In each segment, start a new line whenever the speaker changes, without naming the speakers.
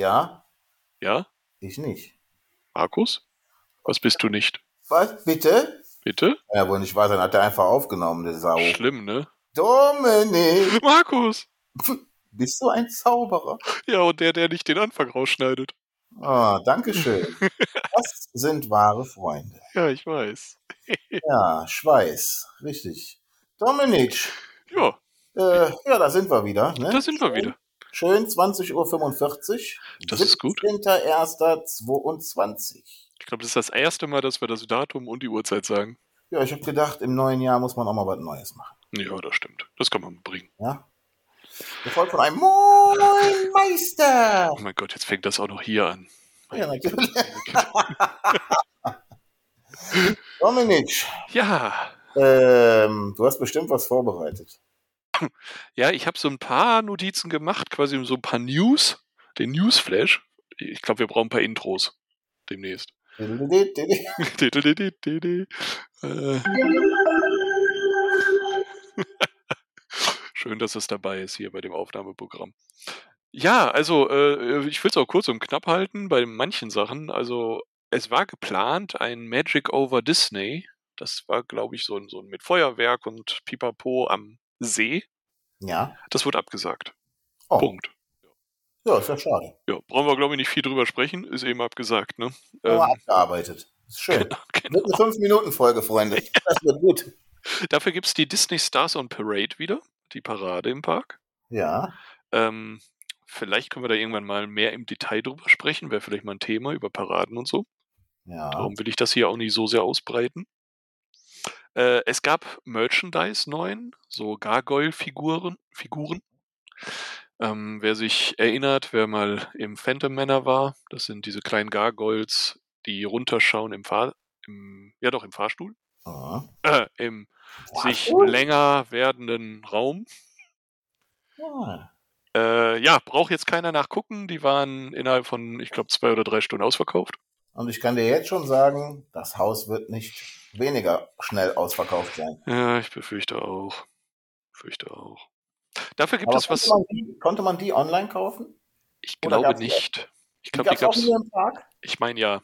Ja,
Ja?
ich nicht.
Markus? Was bist du nicht?
Was? Bitte?
Bitte?
Kann Ja, wohl nicht wahr sein, hat er einfach aufgenommen, der Sau.
Schlimm, ne?
Dominik,
Markus!
bist du ein Zauberer?
Ja, und der, der nicht den Anfang rausschneidet.
Ah, Dankeschön. Das sind wahre Freunde.
Ja, ich weiß.
Ja, Schweiß, richtig. Dominik,
Ja,
äh, ja, da sind wir wieder. Ne?
da sind wir wieder.
Schön, 20.45 Uhr.
Das ist gut.
17.01.22.
Ich glaube, das ist das erste Mal, dass wir das Datum und die Uhrzeit sagen.
Ja, ich habe gedacht, im neuen Jahr muss man auch mal was Neues machen.
Ja, das stimmt. Das kann man bringen.
Ja? Gefolgt von einem Moin Meister.
Oh mein Gott, jetzt fängt das auch noch hier an.
Ja, natürlich. Dominik,
Ja,
ähm, du hast bestimmt was vorbereitet.
ja ich habe so ein paar Notizen gemacht, quasi so ein paar News, den Newsflash. Ich glaube, wir brauchen ein paar Intros demnächst.
Ja,
Diddle-diddle-diddle. Äh. Schön, dass es dabei ist hier bei dem Aufnahmeprogramm. Ja, also äh, ich will es auch kurz und knapp halten bei manchen Sachen. Also es war geplant ein Magic over Disney. Das war, glaube ich, so ein, so ein mit Feuerwerk und Pipapo am See. Das wurde abgesagt.
Oh.
Punkt.
ja, ist ja schade.
Ja, brauchen wir, glaube ich, nicht viel drüber sprechen. Ist eben abgesagt, ne?
Aber
Ähm,
abgearbeitet. Ist schön.
genau.
Wird eine 5-Minuten-Folge, Freunde. Das wird gut.
Dafür gibt es die Disney Stars on Parade wieder, die Parade im Park.
Ja,
Ähm, vielleicht können wir da irgendwann mal mehr im Detail drüber sprechen, wäre vielleicht mal ein Thema über Paraden und so.
ja.
Darum will ich das hier auch nicht so sehr ausbreiten. Äh, es gab Merchandise neuen, so Gargoyle-Figuren. Figuren. Ähm, wer sich erinnert, wer mal im Phantom Manor war, das sind diese kleinen Gargoyles, die runterschauen im Fahr... Im, ja doch, im Fahrstuhl.
Ah.
Äh, Im sich
Fahrstuhl?
länger werdenden Raum.
Ja.
Äh, ja, braucht jetzt keiner nachgucken. Die waren innerhalb von, ich glaube, zwei oder drei Stunden ausverkauft.
Und ich kann dir jetzt schon sagen, das Haus wird nicht weniger schnell ausverkauft sein.
Ja, ich befürchte auch. Fürchte auch. Dafür gibt
Aber
es was,
konnte, man die, konnte man die online kaufen?
ich
oder
glaube
gab's die
nicht.
Die
Ich glaube, die
gab es auch
gab's.
hier im Park.
Ich meine ja.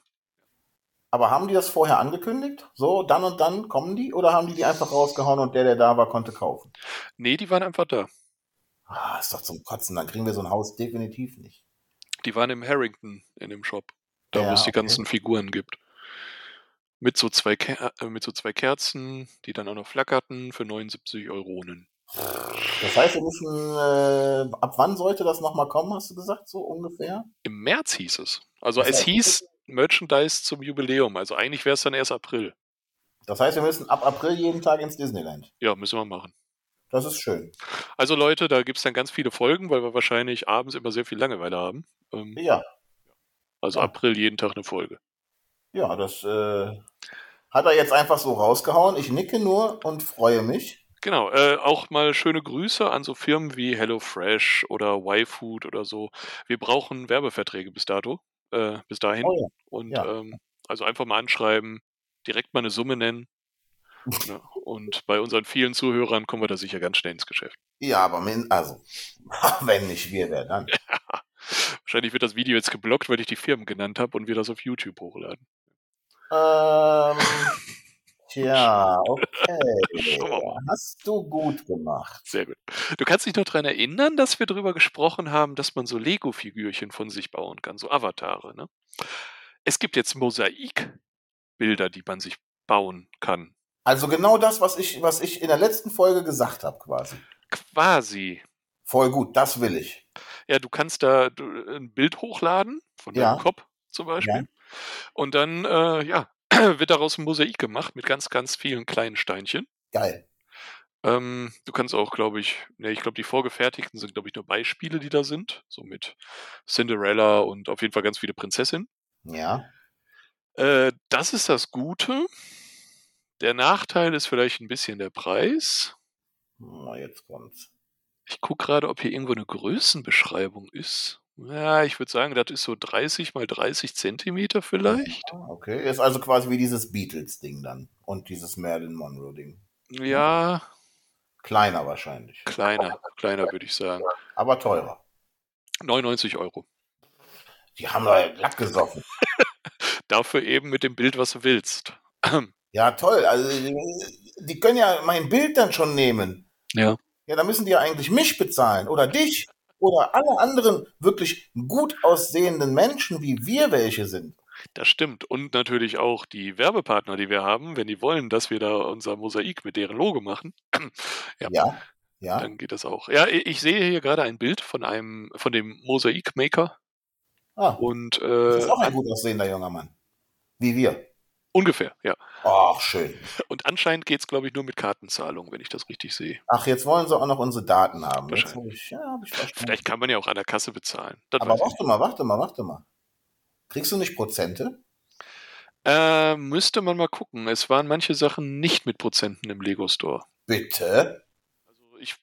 Aber haben die das vorher angekündigt? So, dann und dann kommen die? Oder haben die die einfach rausgehauen und der, der da war, konnte kaufen?
Nee, die waren einfach da.
Ah, ist doch zum Kotzen. Dann kriegen wir so ein Haus definitiv nicht.
Die waren im Harrington in dem Shop. Da,
Ja,
wo es die
okay.
ganzen Figuren gibt. Mit so, zwei Ker äh, mit so zwei Kerzen, die dann auch noch flackerten für 79 Euronen.
Das heißt, wir müssen, äh, ab wann sollte das nochmal kommen, hast du gesagt, so ungefähr?
Im März hieß es. Also
Das
es
heißt-
hieß Merchandise zum Jubiläum. Also eigentlich wäre es dann erst April.
Das heißt, wir müssen ab April jeden Tag ins Disneyland.
Ja, müssen wir machen.
Das ist schön.
Also Leute, da gibt es dann ganz viele Folgen, weil wir wahrscheinlich abends immer sehr viel Langeweile haben. Ähm,
Ja,
also
Ja.
April jeden Tag eine Folge.
ja, das äh, hat er jetzt einfach so rausgehauen. Ich nicke nur und freue mich.
Genau, äh, auch mal schöne Grüße an so Firmen wie HelloFresh oder YFood oder so. Wir brauchen Werbeverträge bis dato, äh, bis dahin.
Oh
Und
ja.
ähm, also einfach mal anschreiben, direkt mal eine Summe nennen. ja, und bei unseren vielen Zuhörern kommen wir da sicher ganz schnell ins Geschäft.
ja. ja, aber min also, wenn nicht wir, wer dann?
Wahrscheinlich wird das Video jetzt geblockt, weil ich die Firmen genannt habe und wir das auf YouTube hochladen.
Ähm, tja, okay.
Schauen wir mal.
Hast du gut gemacht.
Sehr gut. Du kannst dich noch daran erinnern, dass wir darüber gesprochen haben, dass man so Lego-Figürchen von sich bauen kann, so Avatare. Ne? Es gibt jetzt Mosaikbilder, die man sich bauen kann.
Also genau das, was ich, was ich in der letzten Folge gesagt habe, quasi.
Quasi.
Voll gut, das will ich.
Ja, du kannst da du, ein Bild hochladen von
Ja.
deinem Kopf zum Beispiel. Und dann, äh, ja, wird daraus ein Mosaik gemacht mit ganz, ganz vielen kleinen Steinchen.
Geil.
Ähm, du kannst auch, glaube ich, ne, ich glaube, die vorgefertigten sind, glaube ich, nur Beispiele, die da sind. So mit Cinderella und auf jeden Fall ganz viele Prinzessinnen.
Ja.
Äh, das ist das Gute. Der Nachteil ist vielleicht ein bisschen der Preis.
Na, jetzt kommt's.
Ich gucke gerade, ob hier irgendwo eine Größenbeschreibung ist. Ja, ich würde sagen, das ist so 30 mal 30 Zentimeter vielleicht.
Ah, Okay, ist also quasi wie dieses Beatles-Ding dann. Und dieses Marilyn Monroe-Ding.
Ja,
Kleiner wahrscheinlich.
kleiner, kleiner würde ich sagen.
Aber teurer.
99 Euro.
Die haben da Lack gesoffen.
Dafür eben mit dem Bild, was du willst.
Ja, toll. Also, die- die können ja mein Bild dann schon nehmen.
Ja.
Ja, da müssen die ja eigentlich mich bezahlen oder dich oder alle anderen wirklich gut aussehenden Menschen, wie wir welche sind.
Das stimmt. Und natürlich auch die Werbepartner, die wir haben, wenn die wollen, dass wir da unser Mosaik mit deren Logo machen, Ja.
Ja, ja.
dann geht das auch. Ja, i- ich sehe hier gerade ein Bild von einem, von dem Mosaikmaker
Ah,
und
das
äh,
ist auch ein gut aussehender junger Mann. Wie wir.
ungefähr, ja.
Ach, schön.
Und anscheinend geht es, glaube ich, nur mit Kartenzahlung, wenn ich das richtig sehe.
Ach, jetzt wollen sie auch noch unsere Daten haben. Jetzt
Wahrscheinlich.
hab ich, ja, hab ich verstanden.
Vielleicht kann man ja auch an der Kasse bezahlen. Das
Aber
weiß ich
warte mal, warte mal, warte mal. Kriegst du nicht Prozente?
Äh, müsste man mal gucken. Es waren manche Sachen nicht mit Prozenten im Lego Store.
Bitte?
Also ich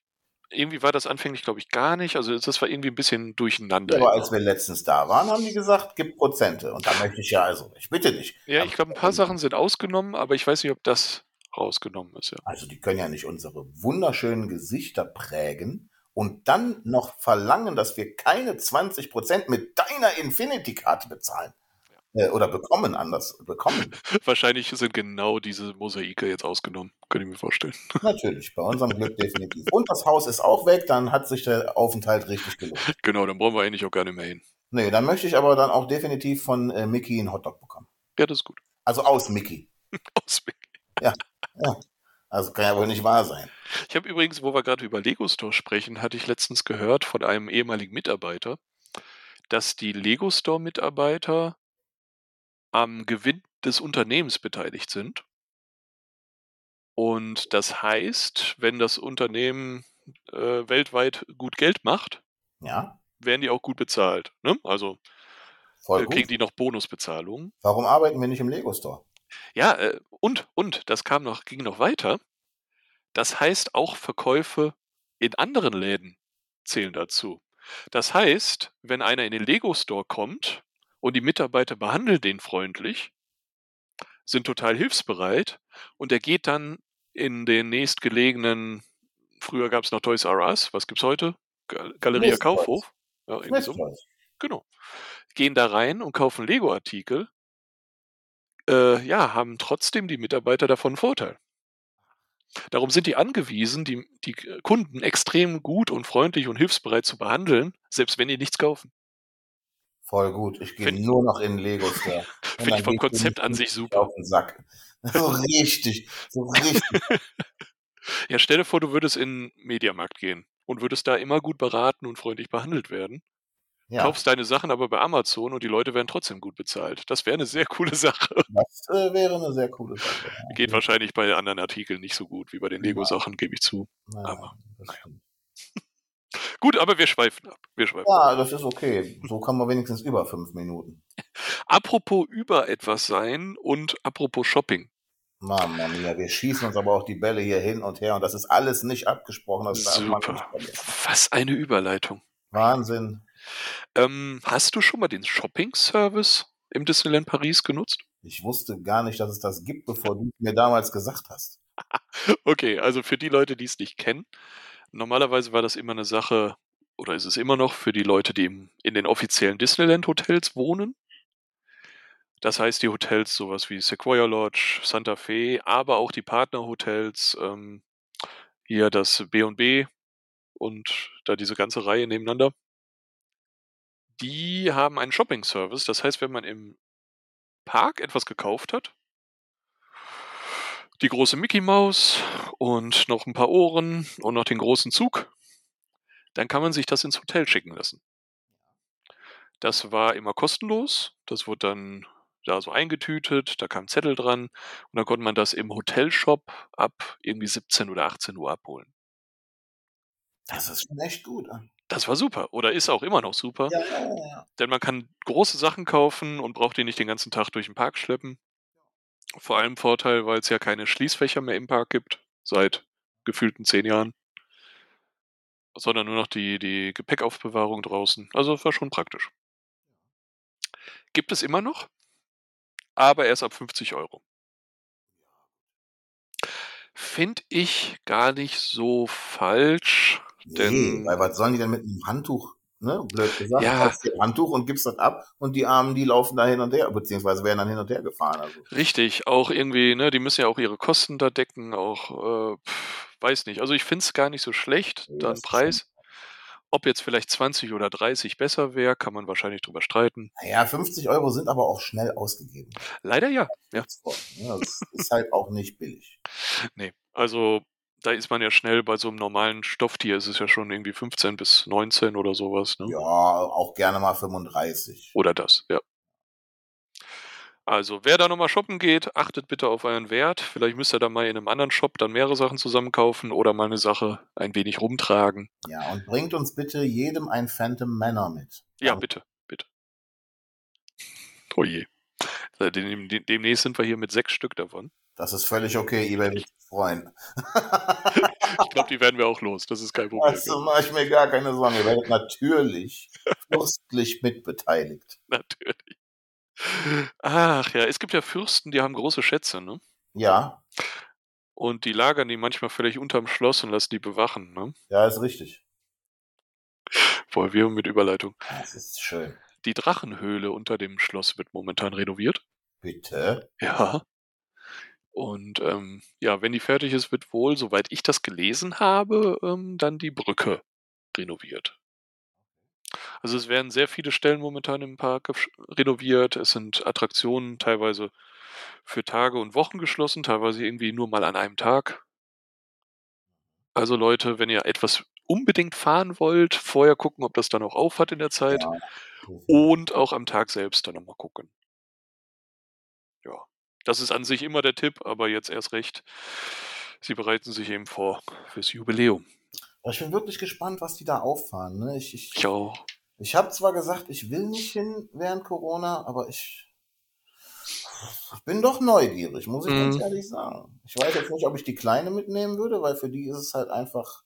irgendwie war das anfänglich, glaube ich, gar nicht. Also das war irgendwie ein bisschen durcheinander.
Aber als wir letztens da waren, haben die gesagt, gib Prozente. Und da möchte ich ja also, ich bitte dich.
ja, ich glaube, ein paar Sachen sind ausgenommen, aber ich weiß nicht, ob das rausgenommen ist. Ja.
Also die können ja nicht unsere wunderschönen Gesichter prägen und dann noch verlangen, dass wir keine 20% mit deiner Infinity-Karte bezahlen. Äh, oder bekommen, anders bekommen.
Wahrscheinlich sind genau diese Mosaike jetzt ausgenommen. Könnte ich mir vorstellen.
Natürlich, bei unserem Glück definitiv. Und das Haus ist auch weg, dann hat sich der Aufenthalt richtig gelohnt.
Genau, dann brauchen wir eigentlich auch gar nicht mehr hin.
Nee, dann möchte ich aber dann auch definitiv von äh, Mickey einen Hotdog bekommen.
Ja, das ist gut.
Also aus Mickey.
Ausweg.
Also kann ja wohl nicht wahr sein.
Ich habe übrigens, wo wir gerade über Lego Store sprechen, hatte ich letztens gehört von einem ehemaligen Mitarbeiter, dass die Lego Store Mitarbeiter am Gewinn des Unternehmens beteiligt sind. Und das heißt, wenn das Unternehmen äh, weltweit gut Geld macht,
Ja,
werden die auch gut bezahlt. Ne? Also
voll
äh, kriegen
gut.
die noch Bonusbezahlungen.
Warum arbeiten wir nicht im Lego Store?
Ja, äh, und, und, das kam noch, ging noch weiter. Das heißt, auch Verkäufe in anderen Läden zählen dazu. Das heißt, wenn einer in den Lego-Store kommt und die Mitarbeiter behandeln den freundlich, sind total hilfsbereit und er geht dann in den nächstgelegenen, früher gab es noch Toys R Us, was gibt's heute? Gal- Galeria
Smith Toys.
Kaufhof. Ja, irgendwie so.
Smith-Toys.
Genau. Gehen da rein und kaufen Lego-Artikel. Äh, ja, haben trotzdem die Mitarbeiter davon einen Vorteil. Darum sind die angewiesen, die, die Kunden extrem gut und freundlich und hilfsbereit zu behandeln, selbst wenn die nichts kaufen.
Voll gut. Ich gehe
Find-
nur noch in den Lego Store.
Finde ich vom Konzept an sich super.
Auf den Sack. So richtig. So richtig.
Ja, stell dir vor, du würdest in den Mediamarkt gehen und würdest da immer gut beraten und freundlich behandelt werden.
Ja,
Kaufst deine Sachen aber bei Amazon und die Leute werden trotzdem gut bezahlt. Das wäre eine sehr coole Sache.
das äh, wäre eine sehr coole Sache.
Geht wahrscheinlich bei anderen Artikeln nicht so gut wie bei den Lego-Sachen, gebe ich zu.
Ja,
aber-
das stimmt.
Gut, aber wir schweifen ab. Wir schweifen.
ja, das ist okay. So kann man wenigstens über fünf Minuten.
Apropos über etwas sein und apropos Shopping.
Mama mia, wir schießen uns aber auch die Bälle hier hin und her und das ist alles nicht abgesprochen. Das darf man
Super.
nicht vergessen.
Was eine Überleitung.
Wahnsinn.
Ähm, hast du schon mal den Shopping-Service im Disneyland Paris genutzt?
Ich wusste gar nicht, dass es das gibt, bevor du mir damals gesagt hast.
Okay, also für die Leute, die es nicht kennen, normalerweise war das immer eine Sache, oder ist es immer noch für die Leute, die im, in den offiziellen Disneyland-Hotels wohnen. Das heißt, die Hotels sowas wie Sequoia Lodge, Santa Fe, aber auch die Partnerhotels, ähm, hier das B&B und da diese ganze Reihe nebeneinander. Die haben einen Shopping-Service. Das heißt, wenn man im Park etwas gekauft hat, die große Mickey Maus und noch ein paar Ohren und noch den großen Zug, dann kann man sich das ins Hotel schicken lassen. Das war immer kostenlos. Das wurde dann da so eingetütet, da kam ein Zettel dran und dann konnte man das im Hotelshop ab irgendwie 17 oder 18 Uhr abholen.
Das ist schon echt gut. Ja,
Das war super oder ist auch immer noch super,
ja, ja.
denn man kann große Sachen kaufen und braucht die nicht den ganzen Tag durch den Park schleppen. Vor allem Vorteil, weil es ja keine Schließfächer mehr im Park gibt, seit gefühlten zehn Jahren. Sondern nur noch die, die Gepäckaufbewahrung draußen. Also war schon praktisch. Gibt es immer noch, aber erst ab 50 Euro. Finde ich gar nicht so falsch.
Nee,
Denn-
weil was sollen die denn mit einem Handtuch ne, blöd gesagt,
Ja.
kaufst dir ein Handtuch und gibst das ab und die Armen, die laufen da hin und her, beziehungsweise werden dann hin und her gefahren. Also,
Richtig, auch irgendwie, ne, die müssen ja auch ihre Kosten da decken, auch, äh, pf, weiß nicht. Also ich finde es gar nicht so schlecht,
Nee, das
dann
ist
Preis. Ob jetzt vielleicht 20 oder 30 besser wäre, kann man wahrscheinlich drüber streiten.
naja, 50 Euro sind aber auch schnell ausgegeben.
Leider ja. Ja.
Ja, Das ist halt auch nicht billig.
Nee. Also da ist man ja schnell bei so einem normalen Stofftier, ist es ja schon irgendwie 15 bis 19 oder sowas, ne?
Ja, auch gerne mal 35.
Oder das, ja. Also, wer da nochmal shoppen geht, achtet bitte auf euren Wert. Vielleicht müsst ihr da mal in einem anderen Shop dann mehrere Sachen zusammenkaufen oder mal eine Sache ein wenig rumtragen.
Ja, und bringt uns bitte jedem ein Phantom Manor mit.
Ja,
Also,
bitte, bitte. Oh je. Äh, dem- dem- Demnächst sind wir hier mit sechs Stück davon.
Das ist völlig okay, eBay wird sich freuen.
Ich glaube, die werden wir auch los. Das ist kein Problem.
Also mache ich mir gar keine Sorgen. Ihr werdet natürlich fürstlich mitbeteiligt.
Natürlich. Ach ja, es gibt ja Fürsten, die haben große Schätze, ne?
Ja,
Und die lagern die manchmal völlig unterm Schloss und lassen die bewachen, ne?
ja, ist richtig.
Boah, wir mit Überleitung.
Das ist schön.
Die Drachenhöhle unter dem Schloss wird momentan renoviert.
Bitte.
Ja. Und ähm, ja, wenn die fertig ist, wird wohl, soweit ich das gelesen habe, ähm, dann die Brücke renoviert. Also es werden sehr viele Stellen momentan im Park gesch- renoviert. Es sind Attraktionen teilweise für Tage und Wochen geschlossen, teilweise irgendwie nur mal an einem Tag. Also Leute, wenn ihr etwas unbedingt fahren wollt, vorher gucken, ob das dann auch auf hat in der Zeit Oh.
Ja.
und auch am Tag selbst dann nochmal gucken. Ja, das ist an sich immer der Tipp, aber jetzt erst recht. Sie bereiten sich eben vor fürs Jubiläum.
Aber ich bin wirklich gespannt, was die da auffahren. Ne? Ich, ich,
Ich auch.
ich habe zwar gesagt, ich will nicht hin während Corona, aber ich, ich bin doch neugierig, muss ich
Mhm.
ganz ehrlich sagen. Ich weiß jetzt nicht, ob ich die Kleine mitnehmen würde, weil für die ist es halt einfach,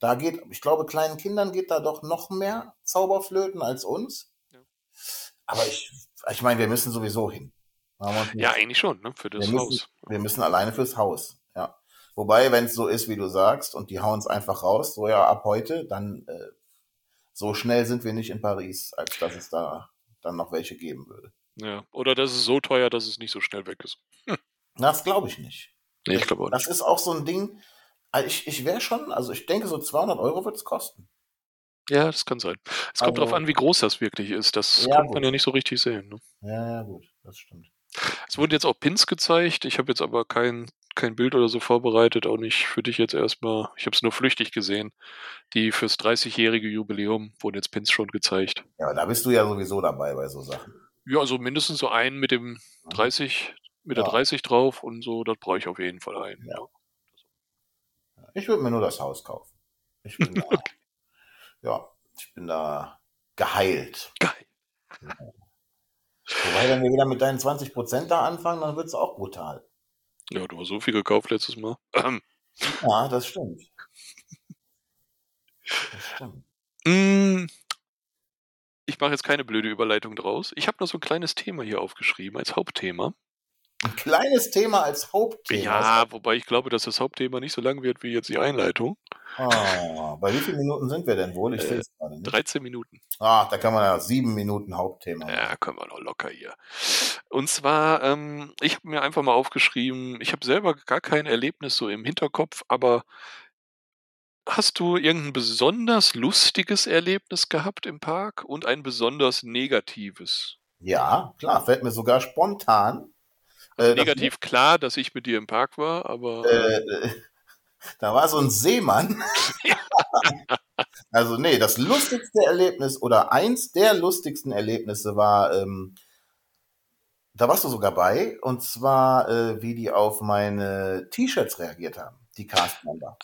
da geht, ich glaube, kleinen Kindern geht da doch noch mehr Zauberflöten als uns.
Ja.
Aber ich, ich meine, wir müssen sowieso hin. Haben wir uns nicht
Ja, eigentlich schon, ne? Für das
müssen-
Haus.
Wir müssen alleine fürs Haus. Ja. Wobei, wenn es so ist, wie du sagst, und die hauen es einfach raus, so ja ab heute, dann äh, so schnell sind wir nicht in Paris, als dass es da dann noch welche geben würde.
Ja. Oder das ist so teuer, dass es nicht so schnell weg ist.
Das glaube ich nicht.
Nee, ich glaube auch nicht.
Das ist auch so ein Ding. also Ich, ich wäre schon, also ich denke, so 200 Euro wird es kosten.
Ja, das kann sein. Es kommt
Also-
darauf an, wie groß das wirklich ist. Das
Ja,
konnte
gut.
man ja nicht so richtig sehen. Ne?
Ja, ja, gut, das stimmt.
Es wurden jetzt auch Pins gezeigt. Ich habe jetzt aber kein, kein Bild oder so vorbereitet, auch nicht für dich jetzt erstmal. Ich habe es nur flüchtig gesehen. Die fürs 30-jährige Jubiläum wurden jetzt Pins schon gezeigt.
Ja, aber da bist du ja sowieso dabei bei so Sachen.
Ja, also mindestens so einen mit dem 30, mit der
Ja.
30 drauf und so, das brauche ich auf jeden Fall einen.
Ja.
Ja.
Ich würde mir nur das Haus kaufen. Ich bin da, ja, ich bin da geheilt.
Geil.
Wobei, wenn wir wieder mit deinen 20% da anfangen, dann wird es auch brutal.
Ja, du hast so viel gekauft letztes Mal. Ähm,
Ja, das stimmt. Das stimmt.
mm, ich mache jetzt keine blöde Überleitung draus. Ich habe noch so ein kleines Thema hier aufgeschrieben als Hauptthema.
Ein kleines Thema als Hauptthema.
Ja, wobei ich glaube, dass das Hauptthema nicht so lang wird wie jetzt die Einleitung.
Ah, bei wie vielen Minuten sind wir denn wohl? Ich
Äh,
sehe es gerade nicht.
13 Minuten.
Ah, da kann man ja sieben Minuten Hauptthema. machen.
Ja, können wir noch locker hier. Und zwar, ähm, ich habe mir einfach mal aufgeschrieben, ich habe selber gar kein Erlebnis so im Hinterkopf, aber hast du irgendein besonders lustiges Erlebnis gehabt im Park und ein besonders negatives?
Ja, klar, fällt mir sogar spontan. Äh,
Negativ klar, dass ich mit dir im Park war, aber
Das,
äh,
äh, äh, da war so ein Seemann. also, nee, das lustigste Erlebnis oder eins der lustigsten Erlebnisse war, ähm, da warst du sogar bei, und zwar, äh, wie die auf meine T-Shirts reagiert haben, die Castmember.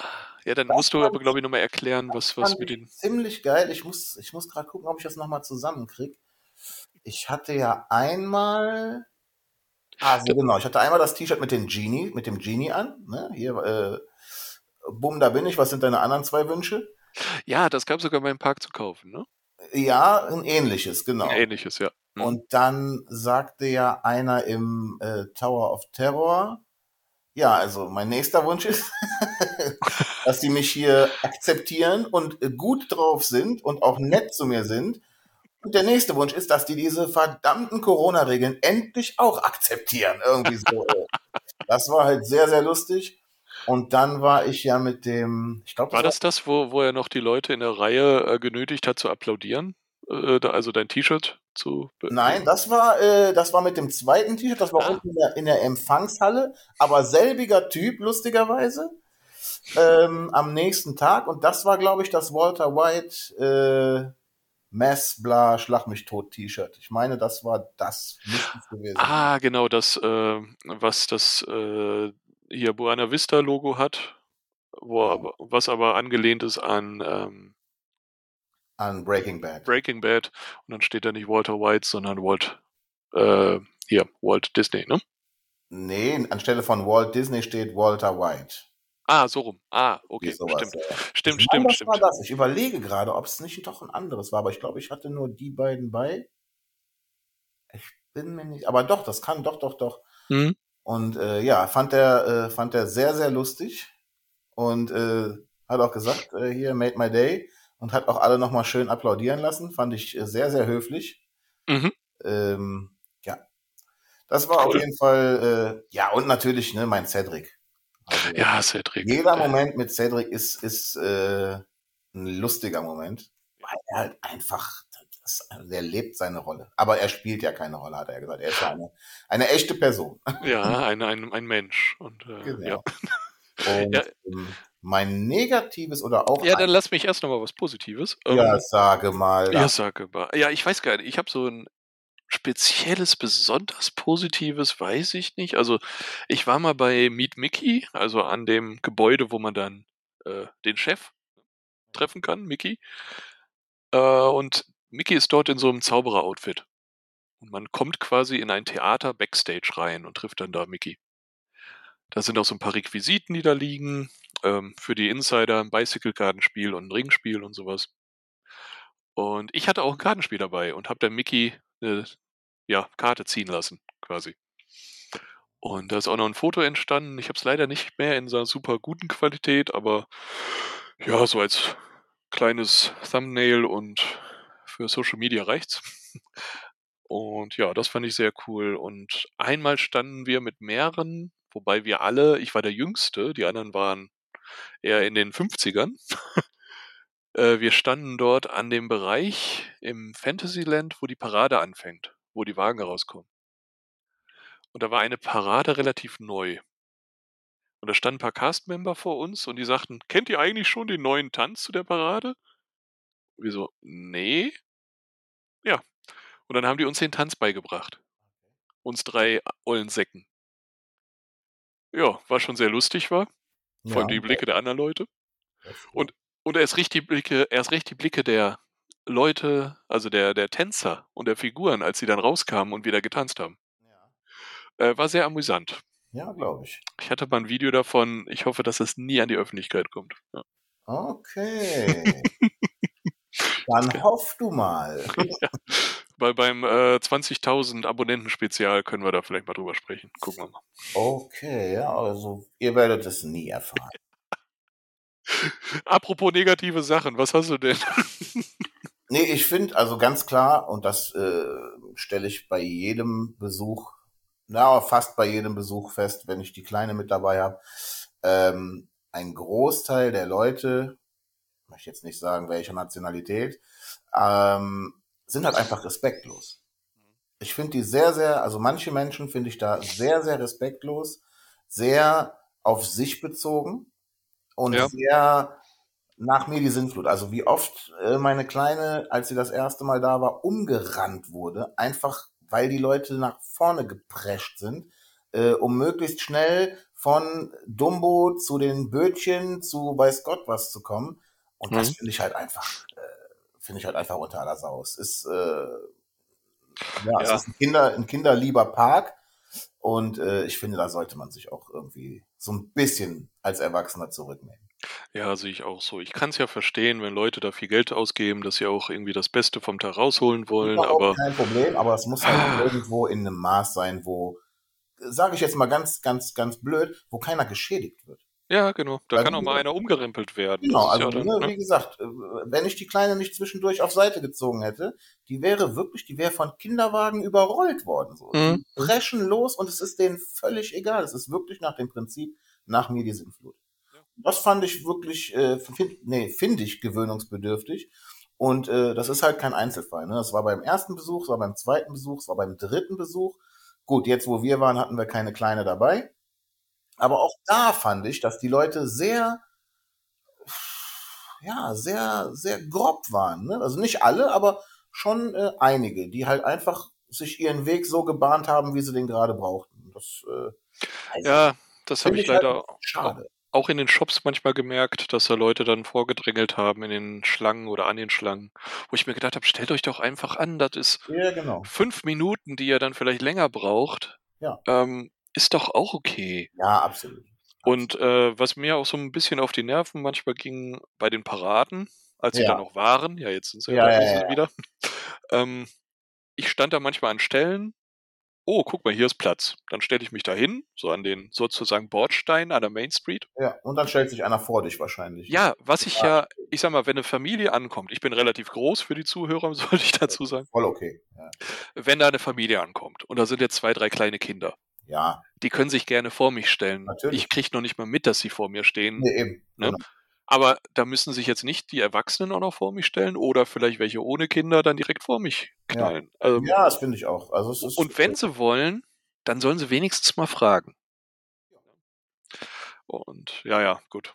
ja, dann
das
musst du
fand
aber, glaube ich, nochmal erklären, was, was
Fand
mit
ich
den.
Ziemlich geil. Ich muss, ich muss gerade gucken, ob ich das nochmal zusammenkriege. Ich hatte ja einmal. Also genau, ich hatte einmal das T-Shirt mit dem Genie, mit dem Genie an. Ne? Hier, äh, bumm, da bin ich. Was sind deine anderen zwei Wünsche?
Ja, das gab sogar mal im Park zu kaufen, ne?
Ja, ein ähnliches, genau.
Ein Ähnliches, ja. Mhm.
Und dann sagte ja einer im äh, Tower of Terror, Ja, also mein nächster Wunsch ist, dass die mich hier akzeptieren und äh, gut drauf sind und auch nett zu mir sind. Und der nächste Wunsch ist, dass die diese verdammten Corona-Regeln endlich auch akzeptieren. Irgendwie so. das war halt sehr, sehr lustig. Und dann war ich ja mit dem, ich glaube,
War das das, wo, wo er noch die Leute in der Reihe äh, genötigt hat zu applaudieren? Äh, da, also dein T-Shirt zu. be-
Nein, das war, äh, das war mit dem zweiten T-Shirt, das war
Ah.
unten in der, in der Empfangshalle, aber selbiger Typ, lustigerweise, ähm, am nächsten Tag. Und das war, glaube ich, das Walter White äh, Mess, bla, Schlag mich tot T-Shirt. Ich meine, das war das. Müsste es gewesen. sein.
Ah, genau, das, äh, was das äh, hier Buena Vista Logo hat, wo, aber- was aber angelehnt ist an ähm,
An Breaking Bad.
Breaking Bad und dann steht da nicht Walter White, sondern Walt, äh, hier, Walt Disney, ne?
nee, anstelle von Walt Disney steht Walter White.
Ah, so rum. Ah, okay,
Irgendwie sowas,
stimmt.
ja.
Stimmt,
Ich meine,
stimmt,
das
stimmt.
war das. Ich überlege gerade, ob es nicht doch ein anderes war, aber ich glaube, ich hatte nur die beiden bei. Ich bin mir nicht. Aber doch, das kann, doch, doch, doch.
Mhm.
Und äh, ja, fand er, äh, fand er sehr, sehr lustig. Und äh, hat auch gesagt, äh, hier, made my day. Und hat auch alle nochmal schön applaudieren lassen. Fand ich äh, sehr, sehr höflich.
Mhm.
Ähm, ja. Das war auf
Cool.
jeden Fall, äh, ja, und natürlich, ne, mein Cedric. Also,
Ja, Cedric.
jeder
Äh,
Moment mit Cedric ist, ist äh, ein lustiger Moment, weil er halt einfach, das, der lebt seine Rolle. Aber er spielt ja keine Rolle, hat er gesagt. Er ist ja eine, eine echte Person.
Ja, ein, ein, ein Mensch. Und, äh,
Genau.
ja.
Und
Ja.
ähm, mein negatives oder auch
ja,
ein,
dann lass mich erst nochmal was Positives. Ähm,
ja, sage mal,
Ja, sage mal. Ja, ich weiß gar nicht. Ich habe so ein spezielles, besonders positives, weiß ich nicht. Also ich war mal bei Meet Mickey, also an dem Gebäude, wo man dann äh, den Chef treffen kann, Mickey. Äh, und Mickey ist dort in so einem Zauberer-Outfit. Und man kommt quasi in ein Theater Backstage rein und trifft dann da Mickey. Da sind auch so ein paar Requisiten, die da liegen. Ähm, für die Insider ein Bicycle-Kartenspiel und ein Ringspiel und sowas. Und ich hatte auch ein Kartenspiel dabei und habe dann Mickey eine ja, Karte ziehen lassen, quasi. Und da ist auch noch ein Foto entstanden. Ich habe es leider nicht mehr in so einer super guten Qualität, aber ja, so als kleines Thumbnail und für Social Media reicht's. Und ja, das fand ich sehr cool. Und einmal standen wir mit mehreren, wobei wir alle, ich war der Jüngste, die anderen waren eher in den 50ern. Äh, wir standen dort an dem Bereich im Fantasyland, wo die Parade anfängt, wo die Wagen rauskommen. Und da war eine Parade relativ neu. Und da standen ein paar Castmember vor uns und die sagten, kennt ihr eigentlich schon den neuen Tanz zu der Parade? Und wir so, nee. Ja. Und dann haben die uns den Tanz beigebracht. Uns drei ollen Säcken. Ja, war schon sehr lustig, war.
ja,
Vor allem die Blicke der anderen Leute. Und erst recht die Blicke, erst recht die Blicke der Leute, also der, der Tänzer und der Figuren, als sie dann rauskamen und wieder getanzt haben.
ja,
Äh, war sehr amüsant.
ja glaube ich.
Ich hatte mal ein Video davon. Ich hoffe, dass es nie an die Öffentlichkeit kommt. Ja.
Okay. Dann hoff du mal.
Weil beim äh, 20.000 Abonnenten-Spezial können wir da vielleicht mal drüber sprechen. Gucken wir mal.
Okay, ja, also ihr werdet es nie erfahren.
Apropos negative Sachen, was hast du denn?
Nee, ich finde, also ganz klar, und das äh, stelle ich bei jedem Besuch, na, fast bei jedem Besuch fest, wenn ich die Kleine mit dabei habe, ähm, ein Großteil der Leute, ich möchte jetzt nicht sagen, welcher Nationalität, ähm, sind halt einfach respektlos. Ich finde die sehr, sehr, also manche Menschen finde ich da sehr, sehr respektlos, sehr auf sich bezogen und
Ja.
sehr nach mir die Sinnflut. Also wie oft äh, meine Kleine, als sie das erste Mal da war, umgerannt wurde, einfach weil die Leute nach vorne geprescht sind, äh, um möglichst schnell von Dumbo zu den Bötchen zu weiß Gott was zu kommen. Und das
Mhm.
finde ich halt einfach, äh, finde ich halt einfach unter aller Sau. Es ist, äh, ja, es
Ja.
ist ein, Kinder, ein kinderlieber Park. Und äh, ich finde, da sollte man sich auch irgendwie so ein bisschen als Erwachsener zurücknehmen.
Ja, sehe ich auch so. Ich kann es ja verstehen, wenn Leute da viel Geld ausgeben, dass sie auch irgendwie das Beste vom Tag rausholen wollen,
Überhaupt
aber
kein Problem, aber es muss halt
Ah.
irgendwo in einem Maß sein, wo sage ich jetzt mal ganz, ganz, ganz blöd, wo keiner geschädigt wird.
Ja, genau. Da
Weil
kann auch
die-
mal einer umgerempelt werden.
Genau,
Das ist
also
ja
ne,
dann,
wie gesagt, äh, wenn ich die Kleine nicht zwischendurch auf Seite gezogen hätte, die wäre wirklich, die wäre von Kinderwagen überrollt worden. So.
Mhm.
Die brechen los und es ist denen völlig egal. Es ist wirklich nach dem Prinzip, nach mir die Sintflut.
Ja.
Das fand ich wirklich, äh, find, nee, finde ich gewöhnungsbedürftig. Und äh, das ist halt kein Einzelfall. Ne? Das war beim ersten Besuch, es war beim zweiten Besuch, es war beim dritten Besuch. Gut, jetzt wo wir waren, hatten wir keine Kleine dabei. Aber auch da fand ich, dass die Leute sehr, ja, sehr, sehr grob waren. Ne? Also nicht alle, aber schon äh, einige, die halt einfach sich ihren Weg so gebahnt haben, wie sie den gerade brauchten. Das, äh, weiß ich
ja, das habe
Finde
ich
ich halt
leider
nicht. schade.
auch in den Shops manchmal gemerkt, dass da Leute dann vorgedrängelt haben in den Schlangen oder an den Schlangen, wo ich mir gedacht habe, stellt euch doch einfach an, das ist
Ja, genau.
fünf Minuten, die ihr dann vielleicht länger braucht,
Ja.
ähm, ist doch auch okay.
Ja, absolut.
Und äh, was mir auch so ein bisschen auf die Nerven manchmal ging bei den Paraden, als sie
Ja.
da noch waren, ja, jetzt sind sie
Ja,
ja,
ja,
ja, wieder. ähm, ich stand da manchmal an Stellen, oh, guck mal, hier ist Platz. Dann stelle ich mich da hin, so an den sozusagen Bordstein an der Main Street
Ja, und dann stellt sich einer vor dich wahrscheinlich.
ja, was ich ja, ich sag mal, wenn eine Familie ankommt, ich bin relativ groß für die Zuhörer, sollte ich dazu sagen,
Voll okay. Ja.
wenn da eine Familie ankommt und da sind jetzt zwei, drei kleine Kinder,
ja.
die können sich gerne vor mich stellen.
Natürlich.
Ich krieg noch nicht mal mit, dass sie vor mir stehen.
Nee, eben.
Ne?
Genau.
Aber da müssen sich jetzt nicht die Erwachsenen auch noch vor mich stellen oder vielleicht welche ohne Kinder dann direkt vor mich knallen. Also,
Ja, das finde ich auch. Also es ist
und wenn sie wollen, dann sollen sie wenigstens mal fragen. Und ja, ja, gut.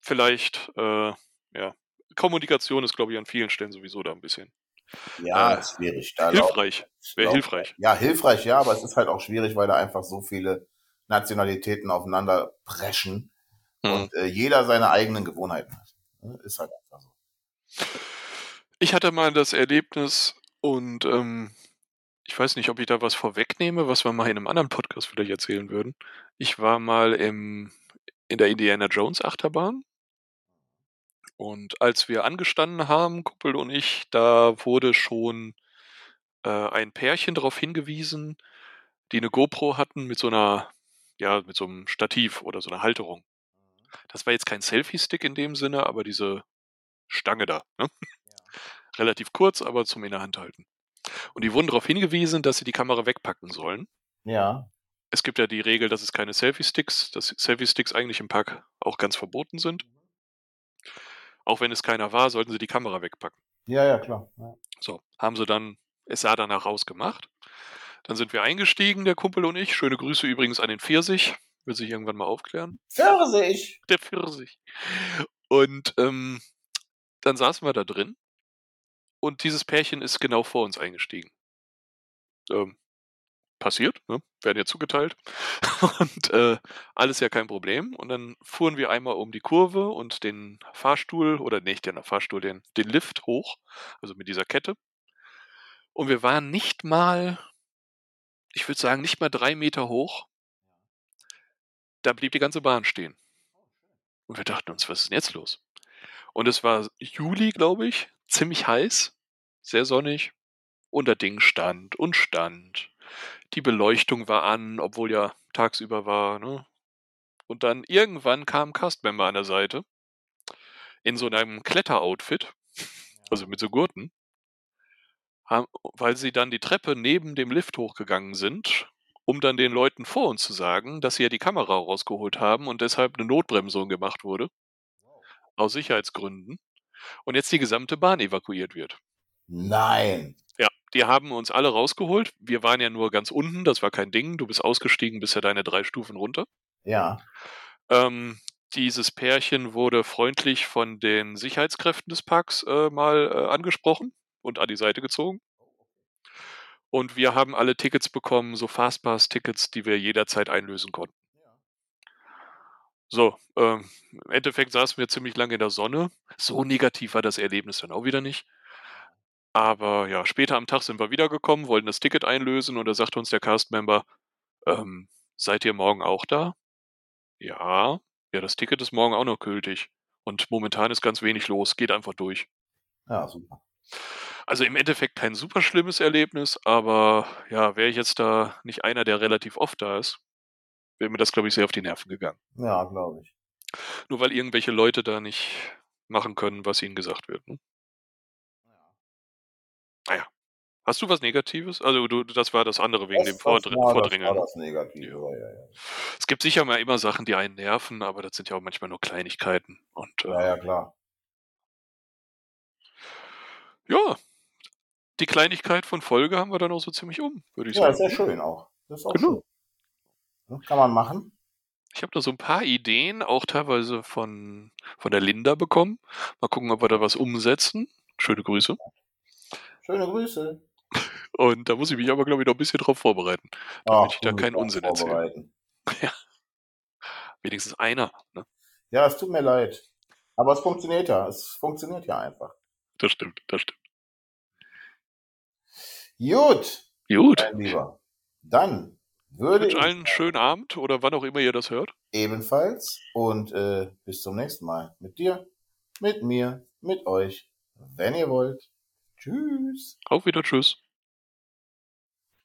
Vielleicht, äh, ja. Kommunikation ist, glaube ich, an vielen Stellen sowieso da ein bisschen
ja,
äh,
ist schwierig. Da laufen-
hilfreich. Wäre
laufen-
hilfreich.
Ja, hilfreich, ja, aber es ist halt auch schwierig, weil da einfach so viele Nationalitäten aufeinander preschen
Hm.
und äh, jeder seine eigenen Gewohnheiten hat. Ne? Ist halt einfach so.
Ich hatte mal das Erlebnis und ähm, ich weiß nicht, ob ich da was vorwegnehme, was wir mal in einem anderen Podcast vielleicht erzählen würden. Ich war mal im, in der Indiana Jones Achterbahn und als wir angestanden haben, Kuppel und ich, da wurde schon äh, ein Pärchen darauf hingewiesen, die eine GoPro hatten mit so einer, ja, mit so einem Stativ oder so einer Halterung. Das war jetzt kein Selfie-Stick in dem Sinne, aber diese Stange da. Ne? Relativ kurz, aber zum in der Hand halten. Und die wurden darauf hingewiesen, dass sie die Kamera wegpacken sollen.
Ja,
Es gibt ja die Regel, dass es keine Selfie-Sticks, dass Selfie-Sticks eigentlich im Park auch ganz verboten sind. Auch wenn es keiner war, sollten sie die Kamera wegpacken.
ja, ja, klar. Ja.
So, haben sie dann, es sah danach ausgemacht. Dann sind wir eingestiegen, der Kumpel und ich. Schöne Grüße übrigens an den Pfirsich. Will sich irgendwann mal aufklären.
Pfirsich!
der Pfirsich. Und ähm, dann saßen wir da drin und dieses Pärchen ist genau vor uns eingestiegen. Ähm, passiert, ne? werden ja zugeteilt. Und äh, alles ja kein Problem. Und dann fuhren wir einmal um die Kurve und den Fahrstuhl, oder nicht den Fahrstuhl, den, den Lift hoch, also mit dieser Kette. Und wir waren nicht mal, ich würde sagen, nicht mal drei Meter hoch. Da blieb die ganze Bahn stehen. Und wir dachten uns, was ist denn jetzt los? Und es war Juli, glaube ich, ziemlich heiß, sehr sonnig. Und das Ding stand und stand. Die Beleuchtung war an, obwohl ja tagsüber war. Ne? Und dann irgendwann kam ein Castmember an der Seite in so einem Kletteroutfit, also mit so Gurten, ha- weil sie dann die Treppe neben dem Lift hochgegangen sind, um dann den Leuten vor uns zu sagen, dass sie ja die Kamera rausgeholt haben und deshalb eine Notbremsung gemacht wurde aus Sicherheitsgründen und jetzt die gesamte Bahn evakuiert wird.
Nein.
Ja, die haben uns alle rausgeholt. Wir waren ja nur ganz unten, das war kein Ding. Du bist ausgestiegen, bist ja deine drei Stufen runter.
Ja.
Ähm, dieses Pärchen wurde freundlich von den Sicherheitskräften des Parks äh, mal äh, angesprochen und an die Seite gezogen. Und wir haben alle Tickets bekommen, so Fastpass-Tickets, die wir jederzeit einlösen konnten. So, ähm, im Endeffekt saßen wir ziemlich lange in der Sonne. So negativ war das Erlebnis dann auch wieder nicht. Aber ja, später am Tag sind wir wiedergekommen, wollten das Ticket einlösen und da sagte uns der Castmember, ähm, seid ihr morgen auch da? Ja, ja, das Ticket ist morgen auch noch gültig. Und momentan ist ganz wenig los, geht einfach durch.
Ja, super.
Also im Endeffekt kein super schlimmes Erlebnis, aber ja, wäre ich jetzt da nicht einer, der relativ oft da ist, wäre mir das, glaube ich, sehr auf die Nerven gegangen.
Ja, glaube ich.
Nur weil irgendwelche Leute da nicht machen können, was ihnen gesagt wird. Ne? Naja. Hast du was Negatives? Also du, das war das andere wegen dem Vordr
war,
Vordringen.
Das war das Negative. Ja. Ja, ja.
Es gibt sicher mal immer Sachen, die einen nerven, aber das sind ja auch manchmal nur Kleinigkeiten. Und äh,
ja, ja, klar.
ja, die Kleinigkeit von Folge haben wir dann auch so ziemlich um, würde ich
Ja, ist
sagen.
ja schön auch. Das ist auch
Genau.
schön. Kann man machen.
Ich habe da so ein paar Ideen, auch teilweise von, von der Linda bekommen. Mal gucken, ob wir da was umsetzen. Schöne Grüße.
Schöne Grüße.
Und da muss ich mich aber, glaube ich, noch ein bisschen drauf vorbereiten. Damit ich da
du
keinen
musst
Unsinn
was
erzähle.
vorbereiten.
Wenigstens einer. Ne?
Ja, es tut mir leid. Aber es funktioniert ja. Es funktioniert ja einfach.
Das stimmt, das stimmt.
Gut,
Gut.
mein Lieber. Dann
Ich
würde
wünsche
ich
allen einen schönen Abend oder wann auch immer ihr das hört.
ebenfalls und äh, bis zum nächsten Mal. Mit dir, mit mir, mit euch, wenn ihr wollt. Tschüss.
Auf wieder, tschüss.